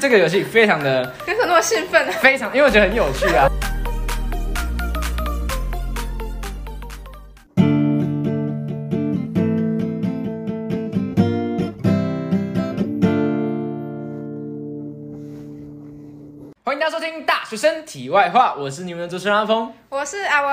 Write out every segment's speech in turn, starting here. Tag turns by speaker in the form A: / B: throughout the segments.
A: 这个游戏非常的
B: 为什么那么兴奋呢？啊
A: 非常，因为我觉得很有趣啊。欢迎大家收听《大学生体外话》，我是你们的主持人阿峰。
B: 我是阿文，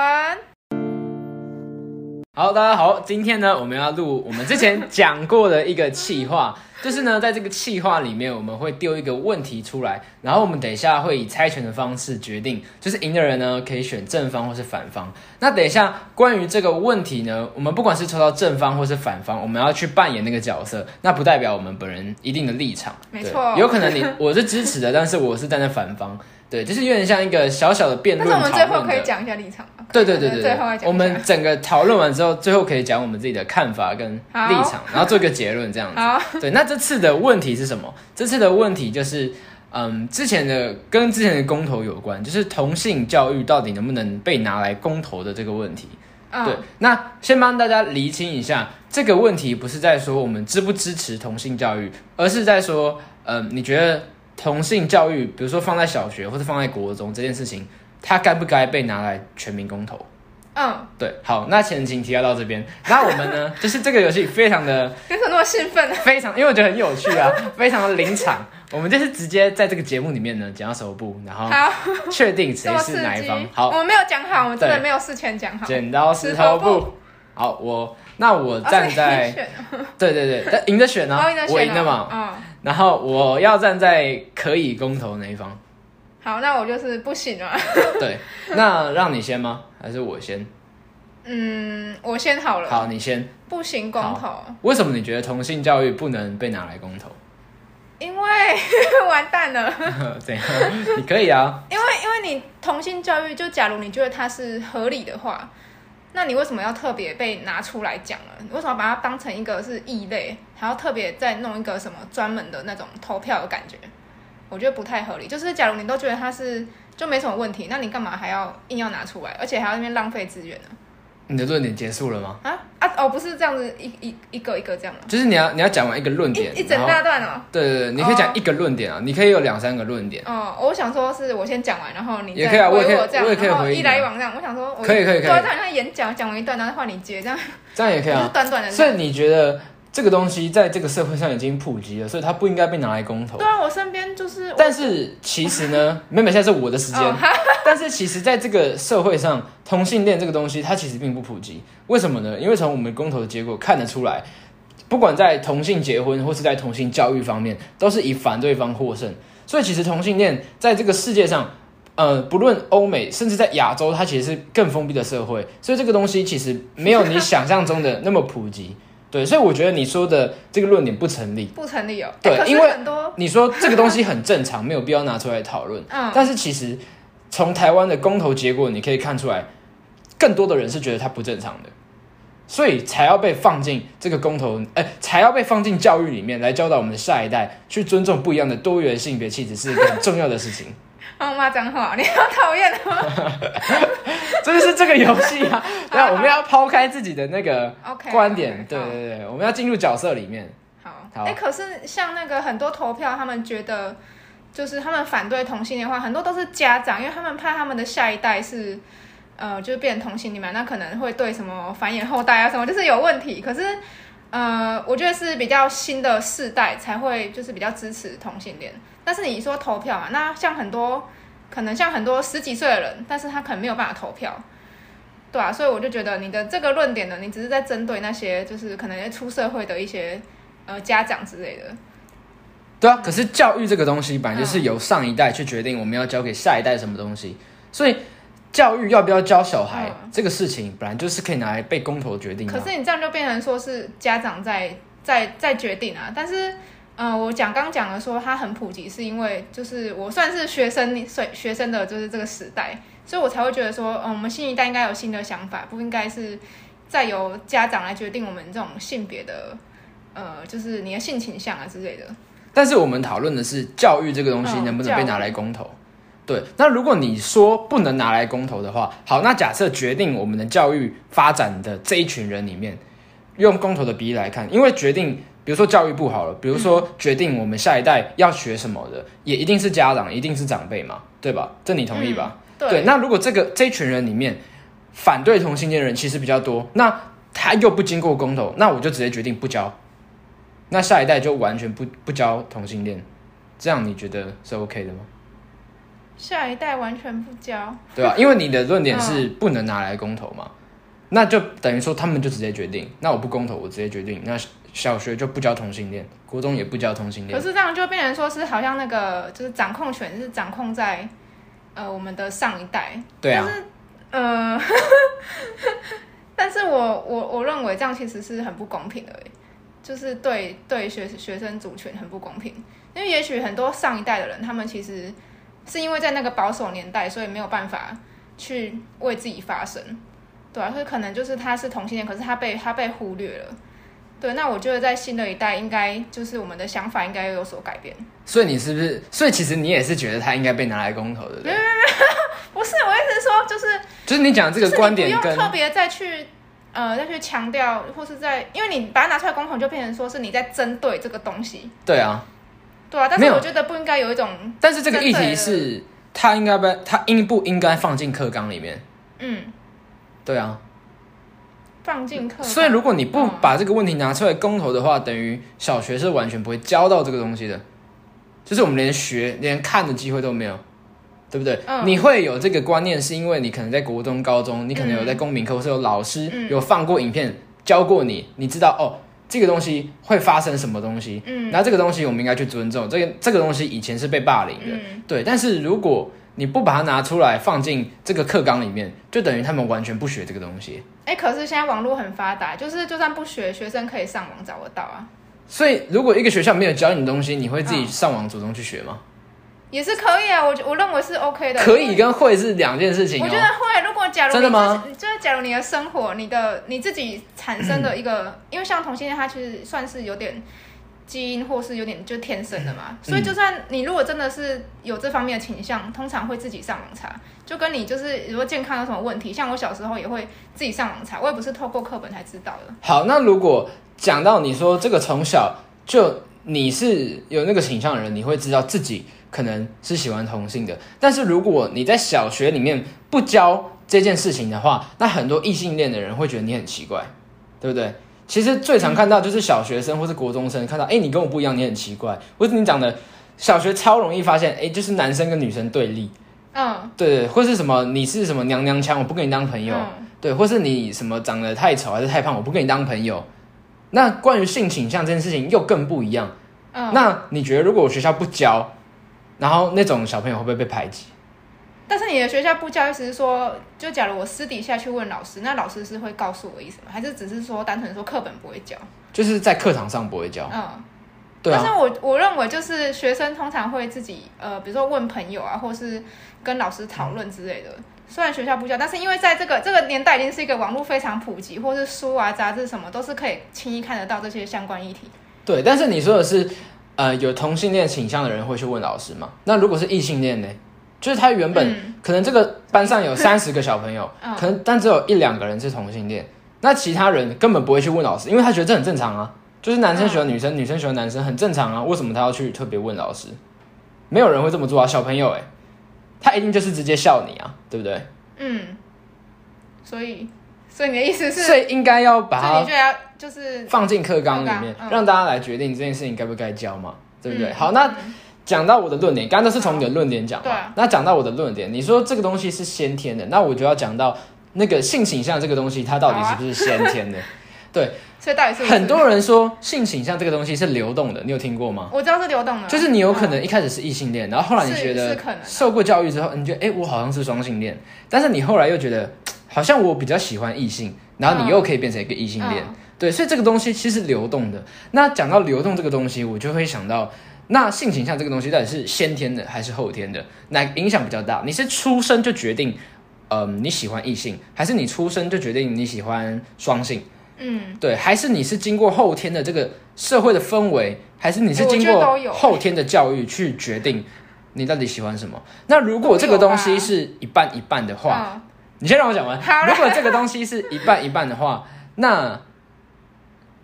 A: 好，大家好，今天呢，我们要录我们之前讲过的一个企划， 就是呢，在这个企划里面，我们会丢一个问题出来，然后我们等一下会以猜拳的方式决定，就是赢的人呢可以选正方或是反方。那等一下关于这个问题呢，我们不管是抽到正方或是反方，我们要去扮演那个角色，那不代表我们本人一定的立场，
B: 没
A: 对
B: 错
A: 有可能你我是支持的，但是我是站在反方，对，就是有点像一个小小的辩
B: 但
A: 论
B: 是
A: 讨论的。
B: 我们最后可以讲一下立场吗？
A: 对对对对
B: 最后再
A: 对
B: 讲一下，
A: 我们整个讨论完之后，最后可以讲我们自己的看法跟立场，然后做一个结论这样
B: 好
A: 子。对，那这次的问题是什么？这次的问题就是，嗯，之前的跟之前的公投有关，就是同性教育到底能不能被拿来公投的这个问题。
B: 嗯
A: 对，那先帮大家厘清一下这个问题，不是在说我们支不支持同性教育，而是在说，嗯、你觉得同性教育，比如说放在小学或者放在国中这件事情，它该不该被拿来全民公投？
B: 嗯，
A: 对，好，那前情提要到这边，那我们呢，就是这个游戏非常的
B: 为什么那么兴奋呢？啊
A: 非常，因为我觉得很有趣啊，非常的临场，我们就是直接在这个节目里面呢讲到手部，然后
B: 好，
A: 确定
B: 这
A: 谁
B: 么刺
A: 是哪一
B: 激
A: 方。，
B: 我
A: 好，
B: 们没有讲好，我们真的
A: 对
B: 没有事前讲好。
A: 剪刀石头
B: 石头
A: 布。好，我那我
B: 哦
A: 站在、
B: 所以选
A: 对对对，但赢的选呢、啊
B: 哦，你的选
A: 我赢
B: 了
A: 的嘛。
B: 嗯，
A: 然后我要站在可以公投那一方。
B: 好，那我就是不行了。
A: 对，那让你先吗？还是我先？
B: 嗯，我先好了。
A: 好，你先。
B: 不行，公投，
A: 为什么你觉得同性教育不能被拿来公投？
B: 因为 完蛋了，
A: 怎样？你可以啊。
B: 因为因为你同性教育，就假如你觉得它是合理的话，那你为什么要特别被拿出来讲呢？你为什么要把它当成一个是异类，还要特别再弄一个什么专门的那种投票的感觉？我觉得不太合理。就是假如你都觉得它是就没什么问题，那你干嘛还要硬要拿出来，而且还要那边浪费资源呢？
A: 你的论点结束了吗？
B: 啊啊哦，不是这样子一一一个一个这样吗？
A: 就是你要你要讲完一个论
B: 一
A: 点，
B: 一整
A: 然
B: 大
A: 后
B: 段哦。
A: 对对对，你可以
B: 哦
A: 讲一个论点啊，你可以有两三个论点。
B: 哦，我想说是我先讲完，然后你
A: 也
B: 再
A: 可以啊我也可
B: 回
A: 以
B: 我这样，
A: 我也可以
B: 然后
A: 回
B: 一
A: 你
B: 来一
A: 啊
B: 往这样。我想说我，
A: 可以可以可以
B: 对啊，就好像演讲讲完一段，然后换你接，这样
A: 这样也可以
B: 就
A: 啊
B: 是。短短的。
A: 所以你觉得这个东西在这个社会上已经普及了，所以它不应该被拿来公投
B: 对。啊，我身边就是我，
A: 但是其实呢，妹妹现在是我的时间，
B: 哦，哈
A: 但是其实，在这个社会上，同性恋这个东西它其实并不普及。为什么呢？因为从我们公投的结果看得出来，不管在同性结婚或是在同性教育方面，都是以反对方获胜。所以其实同性恋在这个世界上，呃，不论欧美，甚至在亚洲，它其实是更封闭的社会。所以这个东西其实没有你想象中的那么普及。对，所以我觉得你说的这个论点不成立。
B: 不成立哦。
A: 对
B: 哎可是
A: 因为
B: 很多，
A: 你说这个东西很正常，没有必要拿出来讨论。
B: 嗯，
A: 但是其实从台湾的公投结果，你可以看出来，更多的人是觉得它不正常的，所以才要被放进这个公投，哎、才要被放进教育里面来教导我们的下一代去尊重不一样的多元性别气质是一个很重要的事 情。
B: 然后哦骂脏话，你好讨厌哦。
A: 这就是这个游戏 啊！对啊，我们要抛开自己的那个
B: OK，
A: 观点，对
B: 好
A: 对对，我们要进入角色里面。
B: 好，
A: 好
B: 哎、可是像那个很多投票，他们觉得就是他们反对同性恋的话，很多都是家长，因为他们怕他们的下一代是呃，就是变成同性恋嘛，那可能会对什么繁衍后代啊什么，就是有问题。可是呃，我觉得是比较新的世代才会就是比较支持同性恋。但是你说投票嘛，那像很多可能像很多十几岁的人，但是他可能没有办法投票。对啊，所以我就觉得你的这个论点呢，你只是在针对那些就是可能出社会的一些呃家长之类的。
A: 对啊，可是教育这个东西本来
B: 嗯
A: 就是由上一代去决定我们要教给下一代什么东西，所以教育要不要教小孩、
B: 嗯
A: 这个事情，本来就是可以拿来被公投决定的
B: 可
A: 啊。
B: 是你这样就变成说是家长在在在决定啊，但是。嗯、我讲刚讲的说它很普及，是因为就是我算是学生学学生的就是这个时代，所以我才会觉得说，嗯，我们新一代应该有新的想法，不应该是再由家长来决定我们这种性别的，呃，就是你的性倾向啊之类的。
A: 但是我们讨论的是教育这个东西
B: 嗯
A: 能不能
B: 教
A: 被
B: 育
A: 拿来公投。对，那如果你说不能拿来公投的话，好，那假设决定我们的教育发展的这一群人里面，用公投的比例来看，因为决定比如说教育部好了，比如说
B: 嗯
A: 决定我们下一代要学什么的，也一定是家长，一定是长辈嘛，对吧？这你同意吧？
B: 嗯对，
A: 那如果这个这一群人里面反对同性恋的人其实比较多，那他又不经过公投，那我就直接决定不教，那下一代就完全不不教同性恋，这样你觉得是 OK 的吗？
B: 下一代完全不教，
A: 对吧、因为你的论点
B: 嗯
A: 是不能拿来公投嘛，那就等于说他们就直接决定，那我不公投，我直接决定，那小学就不教同性恋，国中也不教同性
B: 可
A: 恋，
B: 是这样就变成说是好像那个就是掌控权是掌控在呃我们的上一代，
A: 对啊，
B: 呃， 但是我我我认为这样其实是很不公平的欸，就是对对学学生族群很不公平，因为也许很多上一代的人，他们其实是因为在那个保守年代，所以没有办法去为自己发声，对啊，所以可能就是他是同性恋，可是他被他被忽略了。对，那我觉得在新的一代，应该就是我们的想法应该有所改变。
A: 所以你是不是？所以其实你也是觉得他应该被拿来公投，对不对？
B: 不是，我意思是说，就是
A: 就是你讲这个观点
B: 就是你
A: 跟
B: 不用特别再去呃再去强调，或是在因为你把它拿出来公投，就变成说是你在针对这个东西，
A: 对啊，
B: 对啊。但
A: 没
B: 是
A: 有
B: 我觉得不应该有一种
A: 但是这个议
B: 针对
A: 题
B: 了
A: 是，他应该不，他应不应该放进课纲里面？
B: 嗯
A: 对啊，
B: 放进课纲，
A: 所以如果你不
B: 嗯
A: 把这个问题拿出来公投的话，等于小学是完全不会教到这个东西的，就是我们连学、连看的机会都没有，对不对？
B: 嗯
A: 你会有这个观念，是因为你可能在国中、高中，你可能有在公民课，或是有老师、
B: 嗯
A: 有放过影片教过你，你知道哦，这个东西会发生什么东西，
B: 嗯
A: 那这个东西我们应该去尊重，这个这个东西以前是被霸凌的，
B: 嗯
A: 对，但是如果你不把它拿出来放进这个课纲里面，就等于他们完全不学这个东西。
B: 哎、可是现在网络很发达，就是就算不学，学生可以上网找得到啊，
A: 所以，如果一个学校没有教你的东西，你会自己
B: 嗯
A: 上网主动去学吗？
B: 也是可以啊。我我认为是 OK 的，
A: 可
B: 因
A: 以
B: 为
A: 跟会是两件事情
B: 我
A: 哦
B: 觉。得会，如果假如你
A: 真的吗
B: 自己就是假如你的生活，你的你自己产生的一个，因为像同性恋，它其实算是有点基因或是有点就天生的嘛，
A: 嗯
B: 所以就算你如果真的是有这方面的倾向，通常会自己上网查，就跟你就是如果健康有什么问题，像我小时候也会自己上网查，我也不是透过课本才知道的。
A: 好，那如果讲到你说这个从小就你是有那个倾向的人，你会知道自己可能是喜欢同性的。但是如果你在小学里面不教这件事情的话，那很多异性恋的人会觉得你很奇怪，对不对？其实最常看到就是小学生或是国中生看到，哎、你跟我不一样，你很奇怪，或者你长得小学超容易发现，哎、就是男生跟女生对立。
B: 嗯，
A: 对对，或是什么你是什么娘娘腔，我不跟你当朋友，
B: 嗯
A: 对，或是你什么长得太丑还是太胖，我不跟你当朋友。那关于性倾向这件事情又更不一样。
B: 嗯，
A: 那你觉得如果我学校不教，然后那种小朋友会不会被排挤？
B: 但是你的学校不教，意思是说，就假如我私底下去问老师，那老师是会告诉我意思吗？还是只是说单纯说课本不会教？
A: 就是在课堂上不会教，
B: 嗯。
A: 对
B: 但
A: 啊，
B: 是我我认为就是学生通常会自己呃，比如说问朋友啊，或是跟老师讨论之类的。虽然学校不教，但是因为在这个这个年代已经是一个网络非常普及，或是书啊、杂志什么都是可以轻易看得到这些相关议题。
A: 对。但是你说的是，呃，有同性恋倾向的人会去问老师嘛？那如果是异性恋呢？就是他原本、
B: 嗯
A: 可能这个班上有三十个小朋友，
B: 嗯
A: 可能但只有一两个人是同性恋，那其他人根本不会去问老师，因为他觉得这很正常啊，就是男生喜
B: 嗯
A: 欢女生，女生喜欢男生很正常啊，为什么他要去特别问老师？没有人会这么做啊，小朋友哎、他一定就是直接笑你啊，对不对？
B: 嗯，所以所以你的意思是，
A: 所以应该要把
B: 所以
A: 它
B: 你就要就是
A: 放进课纲里面
B: 课纲，嗯
A: 让大家来决定这件事情该不该教嘛，对不对？
B: 嗯
A: 好，那讲到我的论点，刚刚都是从你的论点讲
B: 对
A: 嘛
B: 啊。
A: 那讲到我的论点，你说这个东西是先天的，那我就要讲到那个性倾向这个东西，它到底是不是先天 的？
B: 所以到底是不是
A: 很多人说性倾向这个东西是流动的，你有听过吗？
B: 我知道是流动的，嗯
A: 就是你有可能一开始是异性恋，然后后来你
B: 啊是
A: 觉
B: 是
A: 得
B: 可能的啊
A: 受过教育之后，你觉得哎、诶我好像是双性恋，但是你后来又觉得嘖好像我比较喜欢异性，然后你
B: 嗯
A: 又可以变成一个异性恋，
B: 嗯
A: 对，所以这个东西其实是流动的。那讲到流动这个东西，我就会想到，那性倾向这个东西到底是先天的还是后天的？哪个影响比较大？你是出生就决定，嗯、你喜欢异性，还是你出生就决定你喜欢双性？
B: 嗯
A: 对，还是你是经过后天的这个社会的氛围，还是你是
B: 哎我
A: 经
B: 觉得
A: 过
B: 都有
A: 后天的教育去决定你到底喜欢什么？那如果这个
B: 都有吧
A: 东西是一半一半的话，
B: 嗯
A: 你先让我讲完
B: 好。啦
A: 如果这个东西是一半一半的话，那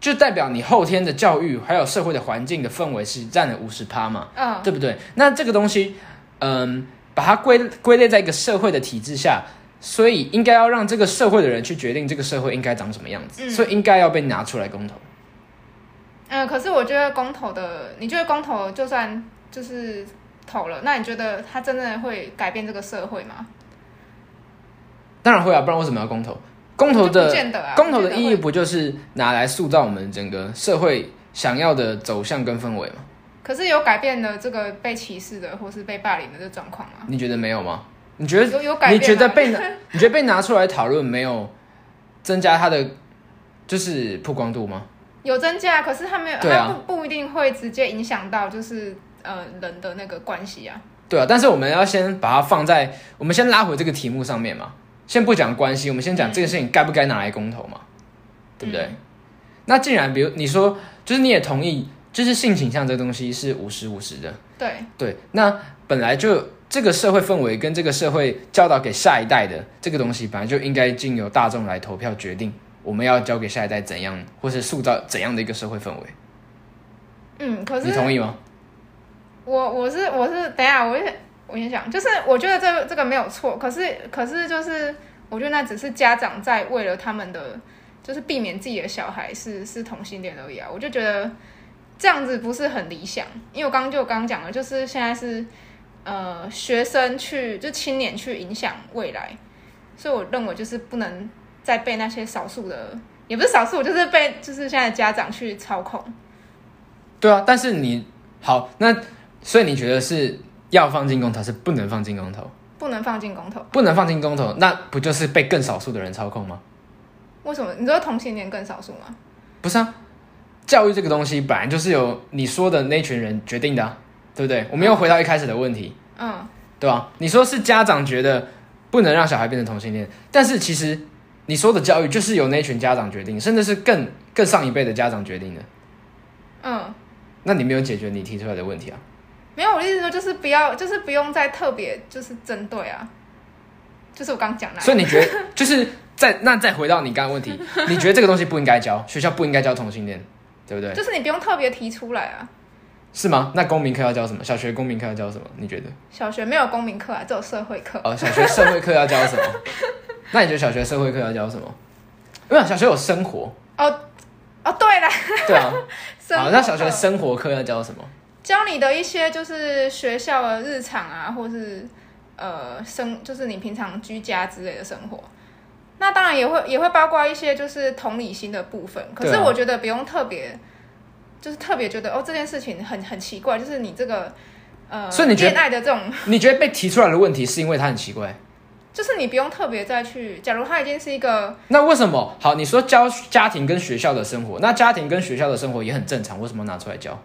A: 就代表你后天的教育还有社会的环境的氛围是占了五十趴嘛，
B: 嗯，
A: 对不对？那这个东西，嗯，把它归归类在一个社会的体制下，所以应该要让这个社会的人去决定这个社会应该长什么样子，
B: 嗯
A: 所以应该要被拿出来公投。
B: 嗯，可是我觉得公投的，你觉得公投就算就是投了，那你觉得它真的会改变这个社会吗？
A: 当然会啊，不然为什么要公投？公投
B: 就不
A: 的
B: 见得啊，
A: 公投
B: 我觉
A: 的
B: 得
A: 意义
B: 会。
A: 不就是拿来塑造我们整个社会想要的走向跟氛围吗？
B: 可是有改变了这个被歧视的或是被霸凌的这状况吗？
A: 你觉得没有吗？你觉得
B: 有有改
A: 你
B: 变吗？啊
A: 觉得被 拿你觉得被拿出来讨论没有增加它的就是曝光度吗？
B: 有增加，可是他没有，
A: 对啊
B: 他不不一定会直接影响到就是呃人的那个关系啊。
A: 对啊，但是我们要先把它放在我们先拉回这个题目上面嘛，先不讲关系，我们先讲这个
B: 嗯
A: 事情该不该拿来公投嘛，对不对？那既然比如你说，就是你也同意，就是性倾向这东西是五十五十的，
B: 对，
A: 对，那本来就这个社会氛围跟这个社会教导给下一代的这个东西，本来就应该经由大众来投票决定，我们要教给下一代怎样，或是塑造怎样的一个社会氛围。
B: 嗯，可
A: 你
B: 是
A: 同意吗？
B: 我我是我是等一下我也我先讲，就是我觉得这这个没有错，可是可是就是我觉得那只是家长在为了他们的就是避免自己的小孩是是同性恋而已啊，我就觉得这样子不是很理想，因为我刚刚就我刚刚讲了，就是现在是呃学生去就青年去影响未来，所以我认为就是不能再被那些少数的也不是少数，就是被就是现在的家长去操控。
A: 对啊，但是你好，那所以你觉得是要放进公投，是不能放进公投？
B: 不能放进公投，
A: 不能放进公投，那不就是被更少数的人操控吗？
B: 为什么？你说同性恋更少数吗？
A: 不是啊，教育这个东西本来就是由你说的那群人决定的、啊，对不对？我们又回到一开始的问题，
B: 嗯，
A: 对吧、你说是家长觉得不能让小孩变成同性恋，但是其实你说的教育就是由那群家长决定，甚至是更更上一辈的家长决定的。
B: 嗯，
A: 那你没有解决你提出来的问题啊？
B: 没有，我的意思说就是不要，就是不用再特别就是针对啊，就是我刚讲那样，
A: 所以你觉得就是再那再回到你刚刚的问题，你觉得这个东西不应该教，学校不应该教同性恋，对不对？
B: 就是你不用特别提出来啊。
A: 是吗？那公民课要教什么？小学公民课要教什么？你觉得？
B: 小学没有公民课啊，只有社会课。
A: 哦，小学社会课要教什么？那你觉得小学社会课要教什么？没有，小学有生 活，
B: 哦，对了，
A: 对啊。
B: 生活
A: 好，
B: 课
A: 那小学生活课要教什么？
B: 教你的一些就是学校的日常啊，或是呃生，就是你平常居家之类的生活。那当然也会也会包括一些就是同理心的部分，可是
A: 对啊
B: 我觉得不用特别，就是特别觉得哦这件事情很很奇怪，就是你这个呃，
A: 所以你觉得
B: 恋爱的这种，
A: 你觉得被提出来的问题是因为它很奇怪？
B: 就是你不用特别再去，假如它已经是一个
A: 那为什么？好，你说教家庭跟学校的生活，那家庭跟学校的生活也很正常，为什么拿出来教？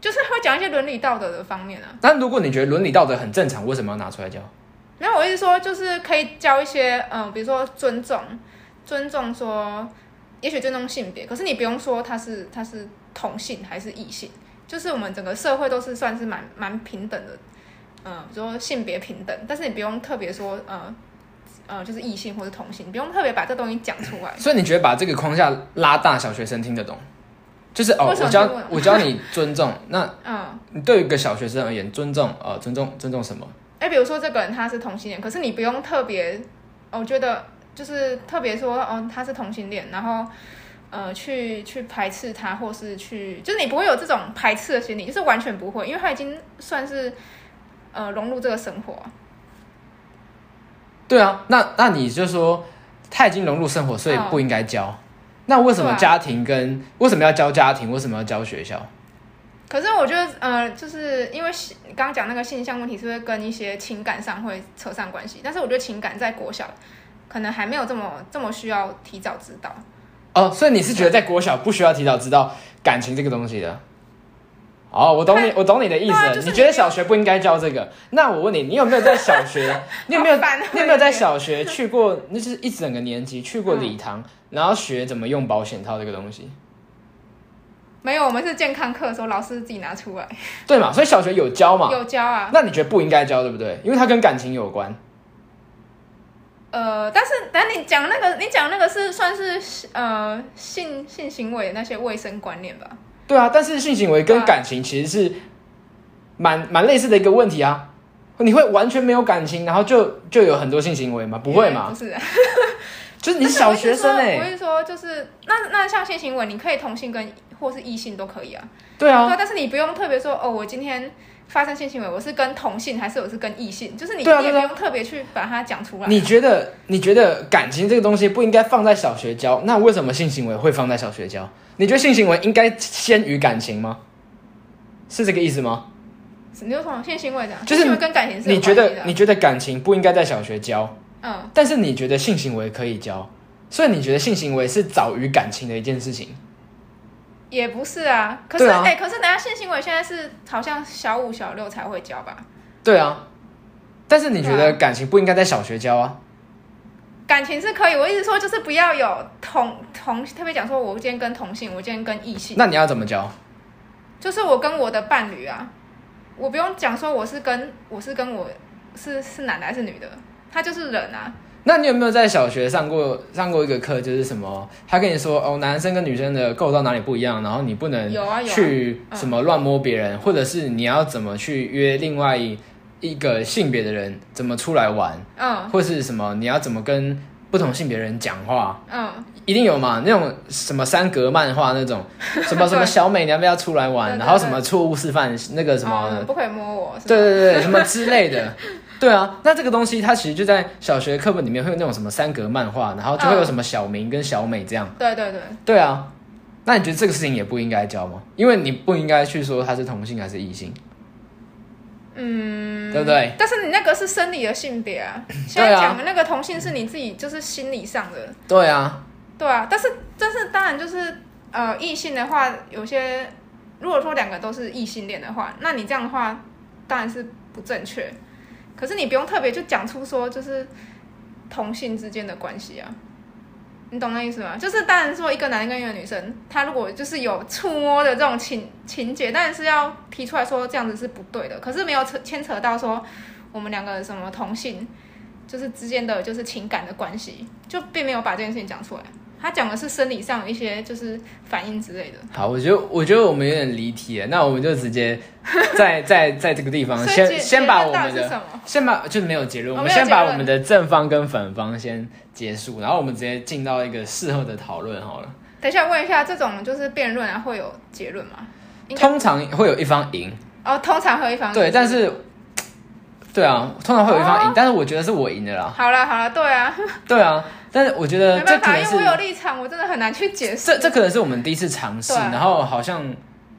B: 就是会讲一些伦理道德的方面啊，
A: 那如果你觉得伦理道德很正常，为什么要拿出来教？
B: 没有，我意思说就是可以教一些，嗯、比如说尊重，尊重说，也许尊重性别，可是你不用说他是他是同性还是异性，就是我们整个社会都是算是蛮蛮平等的，嗯、比如说性别平等，但是你不用特别说，呃呃，就是异性或者同性，你不用特别把这东西讲出来。
A: 所以你觉得把这个框架拉大，小学生听得懂？就是哦
B: 为，什么
A: 我教
B: 听不懂
A: 我教你尊重，那
B: 嗯，
A: 你对于一个小学生而言，尊重呃，尊重尊重什么？
B: 哎，比如说这个人他是同性恋，可是你不用特别，哦我觉得就是特别说哦他是同性恋，然后呃去去排斥他，或是去就是你不会有这种排斥的心理，就是完全不会，因为他已经算是呃融入这个生活。
A: 对啊，那那你就说他已经融入生活，所以不应该教。那为什么
B: 嗯对啊
A: 家庭跟、为什么要教家庭？为什么要教学校？
B: 可是我觉得呃就是因为性你刚刚讲那个性向问题是会跟一些情感上会扯上关系，但是我觉得情感在国小可能还没有这么这么需要提早知道。
A: 哦，所以你是觉得在国小不需要提早知道感情这个东西的？哦，我懂你，我懂你的意思
B: 对
A: 了。
B: 啊就是
A: 你
B: 你
A: 觉得小学不应该教这个？那我问你，你有没有在小学？你有没有？
B: 好烦啊
A: 你有没有在小学去过？那就是一整个年级去
B: 嗯
A: 过礼堂，然后学怎么用保险套这个东西，
B: 没有，我们是健康课的时候，老师自己拿出来
A: 对嘛？所以小学有教嘛？
B: 有教啊。
A: 那你觉得不应该教，对不对？因为它跟感情有关。
B: 呃，但是但你讲那个，你讲那个是算是呃性性行为的那些卫生观念吧？
A: 对啊，但是性行为
B: 对
A: 跟
B: 啊
A: 感情其实是蛮蛮类似的一个问题啊。你会完全没有感情，然后就就有很多性行为吗？不会
B: 不
A: 嘛，
B: 是，
A: 就是你是小学生哎、
B: 嗯我是说，就是那那像性行为，你可以同性跟或是异性都可以啊。
A: 对啊
B: 对，，但是你不用特别说哦，我今天发生性行为，我是跟同性还是我是跟异性，就是你、
A: 对啊
B: 你也不
A: 对啊
B: 用特别去把它讲出来。啊
A: 你觉得你觉得感情这个东西不应该放在小学教？那为什么性行为会放在小学教？你觉得性行为应该先于感情吗？是这个意思吗？
B: 你就从性行为讲，
A: 就是
B: 性行为跟感情是有
A: 你觉
B: 关系
A: 得
B: 的啊
A: 你觉得感情不应该在小学教，
B: 嗯，
A: 但是你觉得性行为可以教，所以你觉得性行为是早于感情的一件事情？
B: 也不是啊。可是
A: 对
B: 哎、
A: 啊
B: 可是等下性行为现在是好像小五小六才会教吧？
A: 对啊，但是你觉
B: 对
A: 得
B: 啊
A: 感情不应该在小学教啊？
B: 感情是可以，我一直说就是不要有同同，特别讲说我今天跟同性，我今天跟异性，
A: 那你要怎么教？
B: 就是我跟我的伴侣啊，我不用讲说我是跟我是跟我是是男的还是女的，他就是人啊。
A: 那你有没有在小学上过上过一个课，就是什么？他跟你说哦，男生跟女生的构造哪里不一样，然后你不能
B: 有啊有啊
A: 去
B: 嗯
A: 什么乱摸别人，或者是你要怎么去约另外一一个性别的人怎么出来玩，
B: 嗯
A: 或是什么你要怎么跟不同性别人讲话，
B: 嗯，
A: 一定有嘛？那种什么三格漫画那种，什么什么
B: 对
A: 小美你要不要出来玩，
B: 对对
A: 然后
B: 对
A: 什么错误示范那个什么啊
B: 嗯不可以摸我，是
A: 对
B: 吧？
A: 对 对，什么之类的。对啊，那这个东西它其实就在小学课本里面会有那种什么三格漫画，然后
B: 嗯
A: 就会有什么小明跟小美这样。
B: 对对对，
A: 对啊，那你觉得这个事情也不应该教吗？因为你不应该去说他是同性还是异性。嗯，对不对？
B: 但是你那个是生理的性 别啊，现在讲的那个同性是你自己就是心理上的，
A: 对啊，
B: 对啊。但是但是当然就是呃，异性的话，有些如果说两个都是异性恋的话，那你这样的话当然是不正确。可是你不用特别就讲出说就是同性之间的关系啊。你懂那意思吗？就是当然说一个男人跟一个女生，他如果就是有触摸的这种情情节，当然是要提出来说这样子是不对的。可是没有扯牵扯到说我们两个什么同性，就是之间的就是情感的关系，就并没有把这件事情讲出来。他讲的是生理上一些就是反应之类的，
A: 好，我觉得我觉得我们有点离题了，那我们就直 接在在在这个地方
B: 所以结
A: 先先把
B: 结
A: 我
B: 论到底
A: 们
B: 是什
A: 的。
B: 么？
A: 先把就是没有结论，
B: 哦
A: 我们
B: 没有
A: 先把
B: 结论
A: 我们的正方跟反方先结束，然后我们直接进到一个事后的讨论好了。
B: 等一下问一下，这种就是辩论啊，会有结论吗？应该
A: 通常会有一方赢，
B: 哦，通常会有一方
A: 对，但是，对啊，通常会有一
B: 哦
A: 方赢，但是我觉得是我赢的啦，
B: 好啦好啦，对啊，
A: 对啊，但是我觉得
B: 没
A: 这
B: 办
A: 可
B: 法，
A: 能
B: 因
A: 是
B: 为我有立场，我真的很难去解释。
A: 这这可能是我们第一次尝试，
B: 对啊
A: 然后好像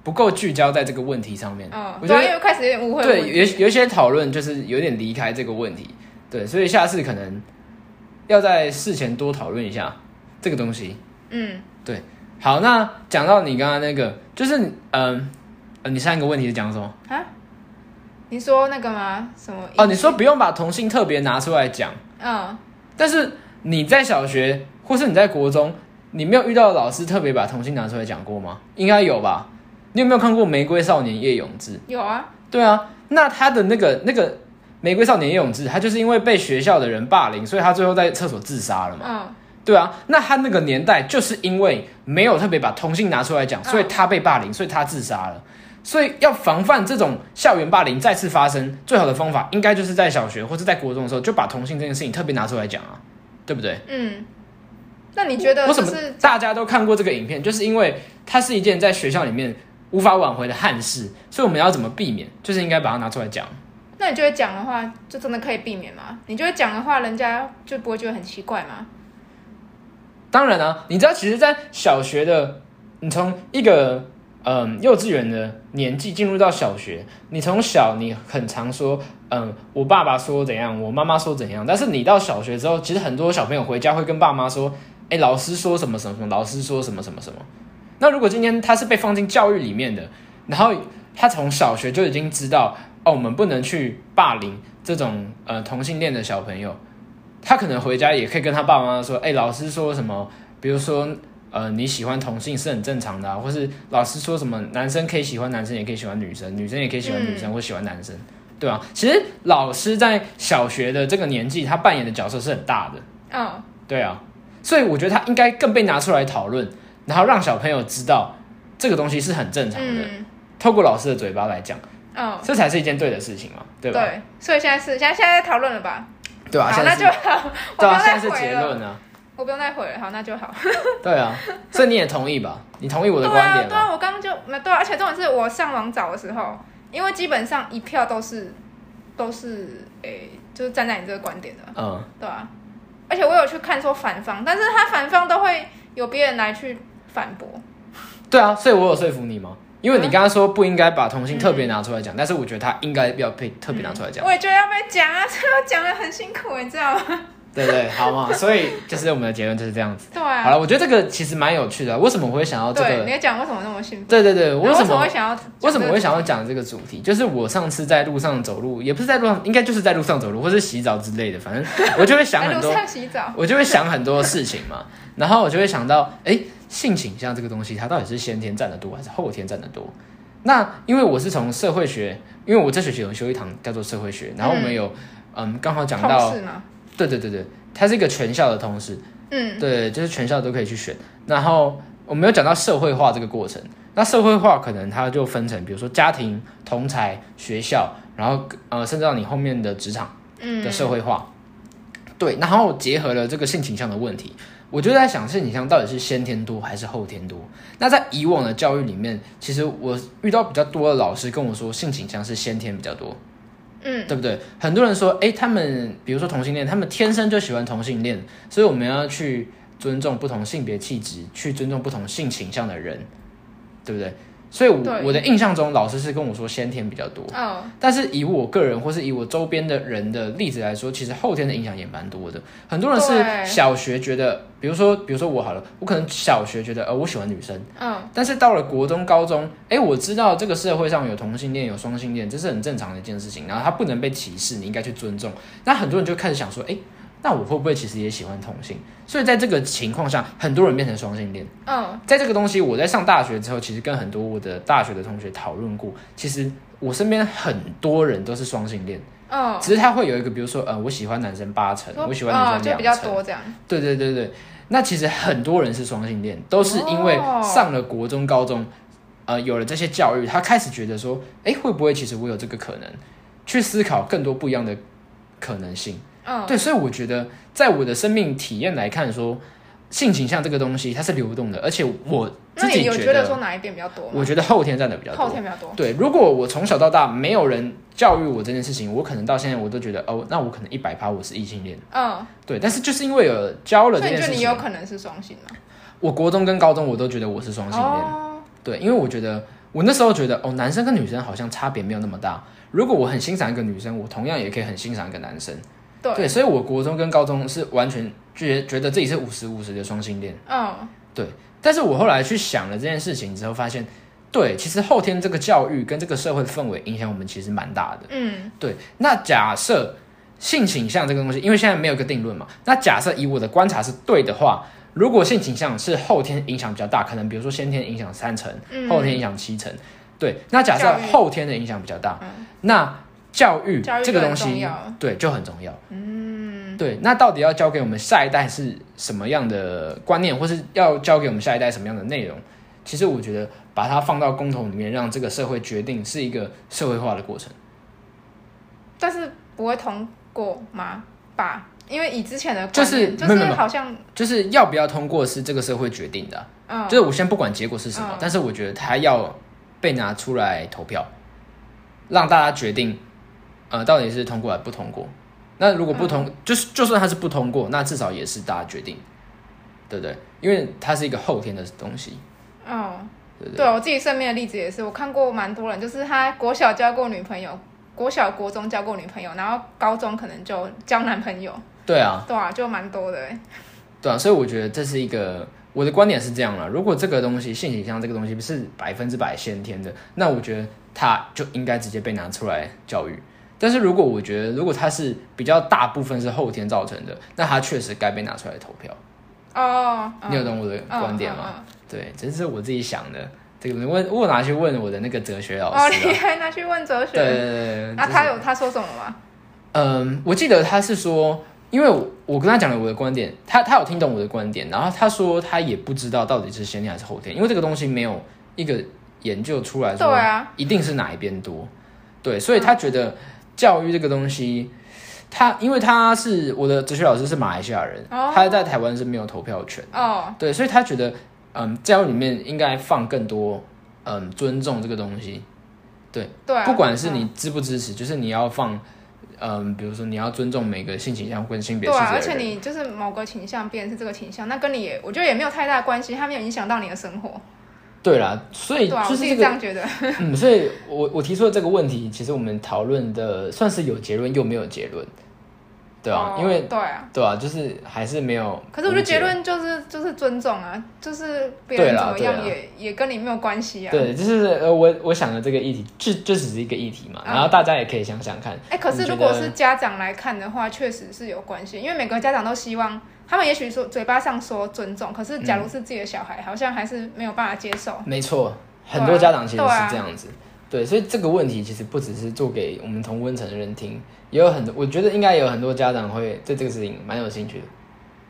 A: 不够聚焦在这个问题上面，
B: 嗯，
A: 我觉
B: 对啊，
A: 得
B: 因为开始有点误会我
A: 对
B: 自己。
A: 有有一些讨论就是有点离开这个问题，对，所以下次可能要在事前多讨论一下这个东西。
B: 嗯，
A: 好，那讲到你刚刚那个，就是嗯、呃，你上一个问题是讲什么？
B: 啊你说那个吗？什么？
A: 哦，你说不用把同性特别拿出来讲。
B: 嗯，
A: 但是你在小学或是你在国中，你没有遇到老师特别把同性拿出来讲过吗？应该有吧？你有没有看过《玫瑰少年叶永志》？
B: 有啊，
A: 对啊，那他的那个那个《玫瑰少年叶永志》，他就是因为被学校的人霸凌，所以他最后在厕所自杀了嘛。
B: 嗯，
A: 对啊，那他那个年代就是因为没有特别把同性拿出来讲，所以
B: 嗯
A: 他被霸凌，所以他自杀了。所以要防范这种校园霸凌再次发生，最好的方法应该就是在小学或者在国中的时候就把同性这件事情特别拿出来讲啊，对不对？
B: 嗯，那你觉得
A: 为
B: 就
A: 什么
B: 是
A: 大家都看过这个影片？就是因为它是一件在学校里面无法挽回的憾事，所以我们要怎么避免？就是应该把它拿出来讲。
B: 那你觉得讲的话，就真的可以避免吗？你觉得讲的话，人家就不会觉得很奇怪吗？
A: 当然啊，你知道，其实，在小学的，你从一个嗯、幼稚园的年纪进入到小学，你从小你很常说，嗯，我爸爸说怎样，我妈妈说怎样，但是你到小学之后，其实很多小朋友回家会跟爸妈说，哎、老师说什么什么什么，老师说什么什么什么。那如果今天他是被放进教育里面的，然后他从小学就已经知道，哦，我们不能去霸凌这种呃同性恋的小朋友，他可能回家也可以跟他爸妈说，哎、老师说什么，比如说呃你喜欢同性是很正常的、啊，或是老师说什么男生可以喜欢男生，也可以喜欢女生，女生也可以喜欢女生、或喜欢男生，对吧？其实老师在小学的这个年纪，他扮演的角色是很大的，
B: 嗯，
A: 对啊，所以我觉得他应该更被拿出来讨论，然后让小朋友知道这个东西是很正常的，
B: 嗯，
A: 透过老师的嘴巴来讲，
B: 嗯，
A: 这才是一件对的事情嘛，对吧？
B: 对，所以现在是现在现在在讨论了吧？
A: 对啊，
B: 好，
A: 现
B: 那
A: 在，
B: 就是好，我不
A: 对
B: 用
A: 啊，
B: 再
A: 现在是
B: 回
A: 结
B: 了，
A: 论啊，
B: 我不用再回了，好，那就好。
A: 对啊，所以你也同意吧？你同意我的
B: 对
A: 观
B: 啊，
A: 点
B: 对
A: 吗？
B: 啊，我刚刚就没对啊，而且重点是我上网找的时候，因为基本上一票都是都是诶、就是站在你这个观点的，
A: 嗯，
B: 对啊。而且我有去看说反方，但是他反方都会有别人来去反驳，
A: 对啊，所以我有说服你吗？因为你
B: 嗯
A: 刚刚说不应该把同性特别拿出来讲，但是我觉得他应该要被特别拿出来讲，
B: 我也觉得要被讲啊，这个讲的很辛苦，你知道吗？
A: 对不对？好嘛，所以就是我们的结论就是这样 子。
B: 对
A: 好
B: 啊，
A: 了，我觉得这个其实蛮有趣的。啊为什么我会想要这
B: 对，你
A: 个？
B: 要讲为什么那么辛苦，
A: 对对对，
B: 然
A: 我
B: 后
A: 为
B: 为
A: 什
B: 么
A: 么
B: 会想要？
A: 为什么我会想要？讲这个主题？就是我上次在路上走路，也不是在路上，应该就是在路上走路，或是洗澡之类的，反正我就会想
B: 哎在
A: 很
B: 路
A: 多，
B: 上洗澡，
A: 我就会想很多事情嘛。然后我就会想到，哎，性倾向这个东西，它到底是先天占的多，还是后天占的多？那因为我是从社会学，因为我这学期有修一堂叫做社会学，然后我们有，嗯，刚好讲
B: 同
A: 到，
B: 事吗？
A: 对对对对，它是一个全校的通识，
B: 嗯
A: 对，就是全校都可以去选。然后我们有讲到社会化这个过程，那社会化可能它就分成，比如说家庭、同才、学校，然后呃，甚至到你后面的职场的
B: 嗯，
A: 社会化。对，然后结合了这个性倾向的问题，我就在想性倾向到底是先天多还是后天多？那在以往的教育里面，其实我遇到比较多的老师跟我说，性倾向是先天比较多。
B: 嗯
A: 对不对？很多人说，哎，他们比如说同性恋，他们天生就喜欢同性恋，所以我们要去尊重不同性别气质，去尊重不同性倾向的人，对不对？所以我，
B: 对
A: 我的印象中，老师是跟我说先天比较多，
B: 哦，
A: 但是以我个人或是以我周边的人的例子来说，其实后天的影响也蛮多的。很多人
B: 对
A: 是小学觉得，比如说，比如说我好了，我可能小学觉得，呃，我喜欢女生，
B: 嗯
A: 但是到了国中、高中，哎，我知道这个社会上有同性恋、有双性恋，这是很正常的一件事情。然后他不能被歧视，你应该去尊重。那很多人就开始想说，哎，那我会不会其实也喜欢同性？所以在这个情况下，很多人变成双性恋。
B: 嗯
A: 在这个东西，我在上大学之后，其实跟很多我的大学的同学讨论过，其实我身边很多人都是双性恋，
B: 嗯，
A: 只是他会有一个，比如说，呃，我喜欢男生八成，我喜欢
B: 哦
A: 女
B: 就
A: 生
B: 比
A: 两
B: 较
A: 成。
B: 多这样，
A: 对对对对，那其实很多人是双性恋，都是因为
B: 哦
A: 上了国中、高中，呃，有了这些教育，他开始觉得说，哎，会不会其实我有这个可能，去思考更多不一样的可能性。
B: 嗯
A: 对，所以我觉得，在我的生命体验来看说性倾向这个东西它是流动的，而且我
B: 那
A: 自己
B: 你有
A: 觉
B: 觉得说
A: 得，
B: 哪一边比较多
A: 我
B: 吗？
A: 觉得后天占的比较多
B: 后。天比较多。
A: 对，如果我从小到大没有人教育我这件事情，我可能到现在我都觉得，哦，那我可能一百趴我是异性恋。
B: 嗯，
A: 对，但是就是因为有教了
B: 所
A: 这
B: 以
A: 件
B: 你觉
A: 事
B: 得
A: 情，
B: 你有可能是双性吗？
A: 我国中跟高中我都觉得我是双性恋，
B: 哦，
A: 对，因为我觉得我那时候觉得哦，男生跟女生好像差别没有那么大。如果我很欣赏一个女生，我同样也可以很欣赏一个男生，
B: 对，
A: 对，所以我国中跟高中是完全觉觉得自己是五十五十的双性恋。
B: 嗯
A: 但是我后来去想了这件事情之后，发现，对，其实后天这个教育跟这个社会的氛围影响我们其实蛮大的。
B: 嗯
A: 对，那假设性倾向这个东西，因为现在没有一个定论嘛，那假设以我的观察是对的话，如果性倾向是后天影响比较大，可能比如说先天影响三成，
B: 嗯，
A: 后天影响七成，对，那假设
B: 教育
A: 后天的影响比较大，
B: 嗯
A: 那教育
B: 教育
A: 这个
B: 就
A: 东
B: 很重
A: 西
B: 要，
A: 对就很重要。
B: 嗯
A: 对，那到底要教给我们下一代是什么样的观念，或是要教给我们下一代什么样的内容？其实我觉得把它放到公投里面，让这个社会决定，是一个社会化的过程。
B: 但是不会通过吗？吧，因为以之前的观
A: 就是
B: 念就
A: 没有没有没
B: 是
A: 有
B: 好像
A: 就是要不要通过是这个社会决定的啊、
B: 嗯
A: 就是我先不管结果是什么，
B: 嗯
A: 但是我觉得它要被拿出来投票，让大家决定，呃，到底是通过还是不通过。那如果不
B: 嗯
A: 通，就是就算它是不通过，那至少也是大家决定，对不对？因为它是一个后天的东西，
B: 嗯，
A: 对不对？
B: 对我自己身边的例子也是，我看过蛮多人，就是他国小交过女朋友，国小国中交过女朋友，然后高中可能就交男朋友，
A: 对啊，
B: 对啊，就蛮多的欸。
A: 对啊，所以我觉得这是一个我的观点是这样了。如果这个东西性倾向这个东西不是百分之百先天的，那我觉得它就应该直接被拿出来教育。但是如果我觉得如果它是比较大部分是后天造成的，那它确实该被拿出来投票。
B: 哦，嗯
A: 你有懂我的
B: 嗯
A: 观点吗？
B: 嗯嗯
A: 对，这是我自己想的。这个东西。问我有拿去问我的那个哲学老
B: 哦，
A: 师、
B: 你
A: 啊，
B: 还拿去问哲
A: 对对
B: 学？
A: 对对，就
B: 啊，
A: 是
B: 他有他说什么吗？
A: 嗯，我记得他是说，因为我我跟他讲了我的观点，他他有听懂我的观点，然后他说他也不知道到底是先天还是后天，因为这个东西没有一个研究出来说，
B: 对啊，
A: 一定是哪一边多，对，所以他觉得教育这个东西，他因为他是我的哲学老师是马来西亚人，
B: 哦
A: 他在台湾是没有投票权，
B: 哦，
A: 对，所以他觉得，嗯，教育里面应该放更多，嗯，尊重这个东西，
B: 对啊，
A: 不管是你
B: 嗯
A: 支不支持，就是你要放，嗯，比如说你要尊重每个性倾向跟性别
B: 对
A: 气质
B: 啊，而
A: 的
B: 且
A: 人。
B: 你就是某个倾向变成是这个倾向，那跟你也我觉得也没有太大关系，它没有影响到你的生活，
A: 对啦，所以
B: 对啊，
A: 就
B: 我自
A: 是
B: 己
A: 这
B: 这
A: 个，
B: 样觉得。
A: 嗯，所以我我提出的这个问题，其实我们讨论的算是有结论又没有结论，对啊，
B: 哦
A: 因为
B: 对啊，
A: 对啊，就是还是没有。
B: 可是我觉得结，论就是就是尊重啊，就是别
A: 对
B: 人
A: 啦
B: 怎么样
A: 对啦
B: 也也跟你没有关系啊。
A: 对，就是呃，我我想的这个议题，这这只是一个议题嘛，
B: 嗯
A: 然后大家也可以想想看，
B: 哎、可
A: 你
B: 是
A: 觉
B: 如果
A: 得
B: 是家长来看的话，确实是有关系，因为每个家长都希望，他们也许说嘴巴上说尊重，可是假如是自己的小孩，好像还是没有办法接受。
A: 没错，
B: 对啊
A: 很多家长其实
B: 对啊
A: 是这样子。对，所以这个问题其实不只是做给我们同温层的人听，也有很多，我觉得应该也有很多家长会对这个事情蛮有兴趣的。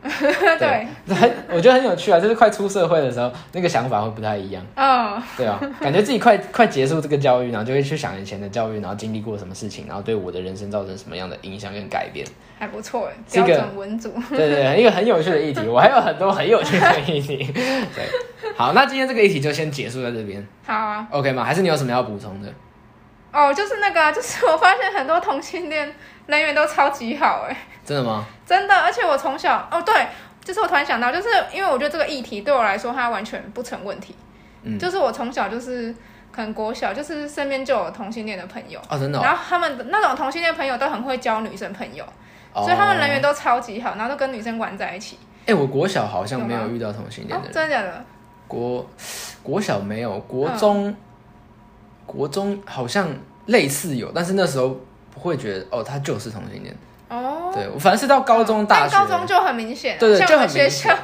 B: 对，
A: 很，我觉得很有趣啊，就是快出社会的时候，那个想法会不太一样，
B: 嗯，
A: 对啊，感觉自己快快结束这个教育，然后就会去想以前的教育，然后经历过什么事情，然后对我的人生造成什么样的影响跟改变。
B: 还不错哎，
A: 这
B: 标
A: 个
B: 准文组。
A: 对对对，一个很有趣的议题，我还有很多很有趣的议题。对，好，那今天这个议题就先结束在这边
B: 好啊，
A: ，OK 吗？还是你有什么要补充的？
B: 哦，就是那个啊、就是我发现很多同性恋人缘都超级好哎，
A: 真的吗？
B: 真的，而且我从小哦对。就是我突然想到，就是因为我觉得这个议题对我来说，它完全不成问题。
A: 嗯
B: 就是我从小就是，可能国小就是身边就有同性恋的朋友，
A: 哦，真的、哦，
B: 然后他们的那种同性恋朋友都很会交女生朋友，
A: 哦
B: 所以他们人缘都超级好，然后都跟女生玩在一起。
A: 哎、我国小好像没
B: 有
A: 有
B: 吗
A: 遇到同性恋
B: 哦嗯
A: 的，人，
B: 真的假的？
A: 国国小没有，国中、国中好像类似有，但是那时候不会觉得哦，他就是同性恋。
B: 哦，
A: 对，我反正是到高中、大
B: 但
A: 学，
B: 高中就很明显啊，
A: 对对，
B: 像
A: 就
B: 我
A: 很
B: 们学
A: 明
B: 校
A: 显，，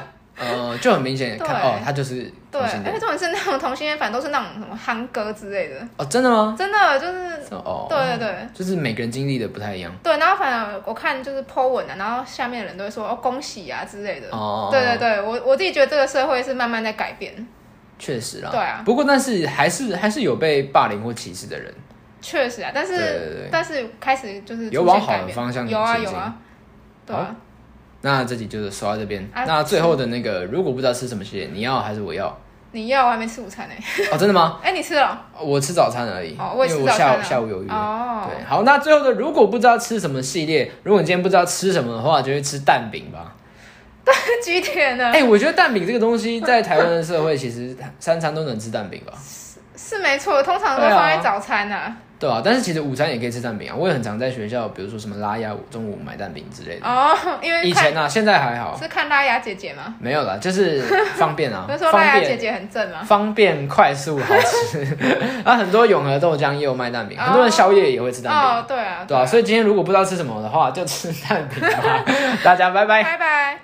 A: 呃，就很明显看
B: 对
A: 哦，他就是
B: 对，
A: 同性
B: 而且
A: 恋。
B: 重点是那种同性恋，反正都是那种什么憨哥之类的，
A: 哦，真的吗？
B: 真的就是，
A: 哦，
B: 对对对。
A: 就是每个人经历的不太一样。
B: 对，然后反正我看就是 po 文啊，然后下面的人都会说哦恭喜啊之类的。
A: 哦
B: 对对对，我我自己觉得这个社会是慢慢在改变，
A: 确实啦。
B: 对啊
A: 不过，但是还是还是有被霸凌或歧视的人。
B: 确实啊，但
A: 对
B: 是
A: 对对。
B: 但是开始就是
A: 有
B: 出
A: 往
B: 现
A: 好
B: 改
A: 的
B: 变
A: 方向
B: 有啊
A: 前
B: 有
A: 进
B: 啊，对啊，
A: 那这集就是说到这边。
B: 啊
A: 那最后的那个，如果不知道吃什么系列，你要还是我要？
B: 你要我还没吃午餐呢、欸
A: 哦，真的吗？
B: 哎、你吃了？
A: 我吃早餐而已，
B: 哦，我也
A: 因
B: 吃
A: 为
B: 早
A: 我
B: 餐
A: 下
B: 了。
A: 午下午有约。
B: 哦，
A: 对，好，那最后的，如果不知道吃什么系列，如果你今天不知道吃什么的话，就去吃蛋饼吧。
B: 几点呢？
A: 哎、我觉得蛋饼这个东西在台湾的社会，其实三餐都能吃蛋饼吧，
B: 是没错，通常都
A: 对啊
B: 放在早餐啊。
A: 对啊？但是其实午餐也可以吃蛋饼啊，我也很常在学校，比如说什么拉雅中午买蛋饼之类的。
B: 哦，因为
A: 以
B: 看
A: 前啊，现在还好，
B: 是看拉雅姐姐吗？
A: 没有啦，就是方便啊
B: 不是，说拉
A: 方
B: 雅姐
A: 便。
B: 姐很正吗？
A: 方便、快速、好吃，啊，很多永和豆浆也有卖蛋饼，很多人宵夜也会吃蛋饼。
B: 哦，对啊，
A: 对啊，所以今天如果不知道吃什么的话，就吃蛋饼吧。大家拜拜。
B: 拜拜。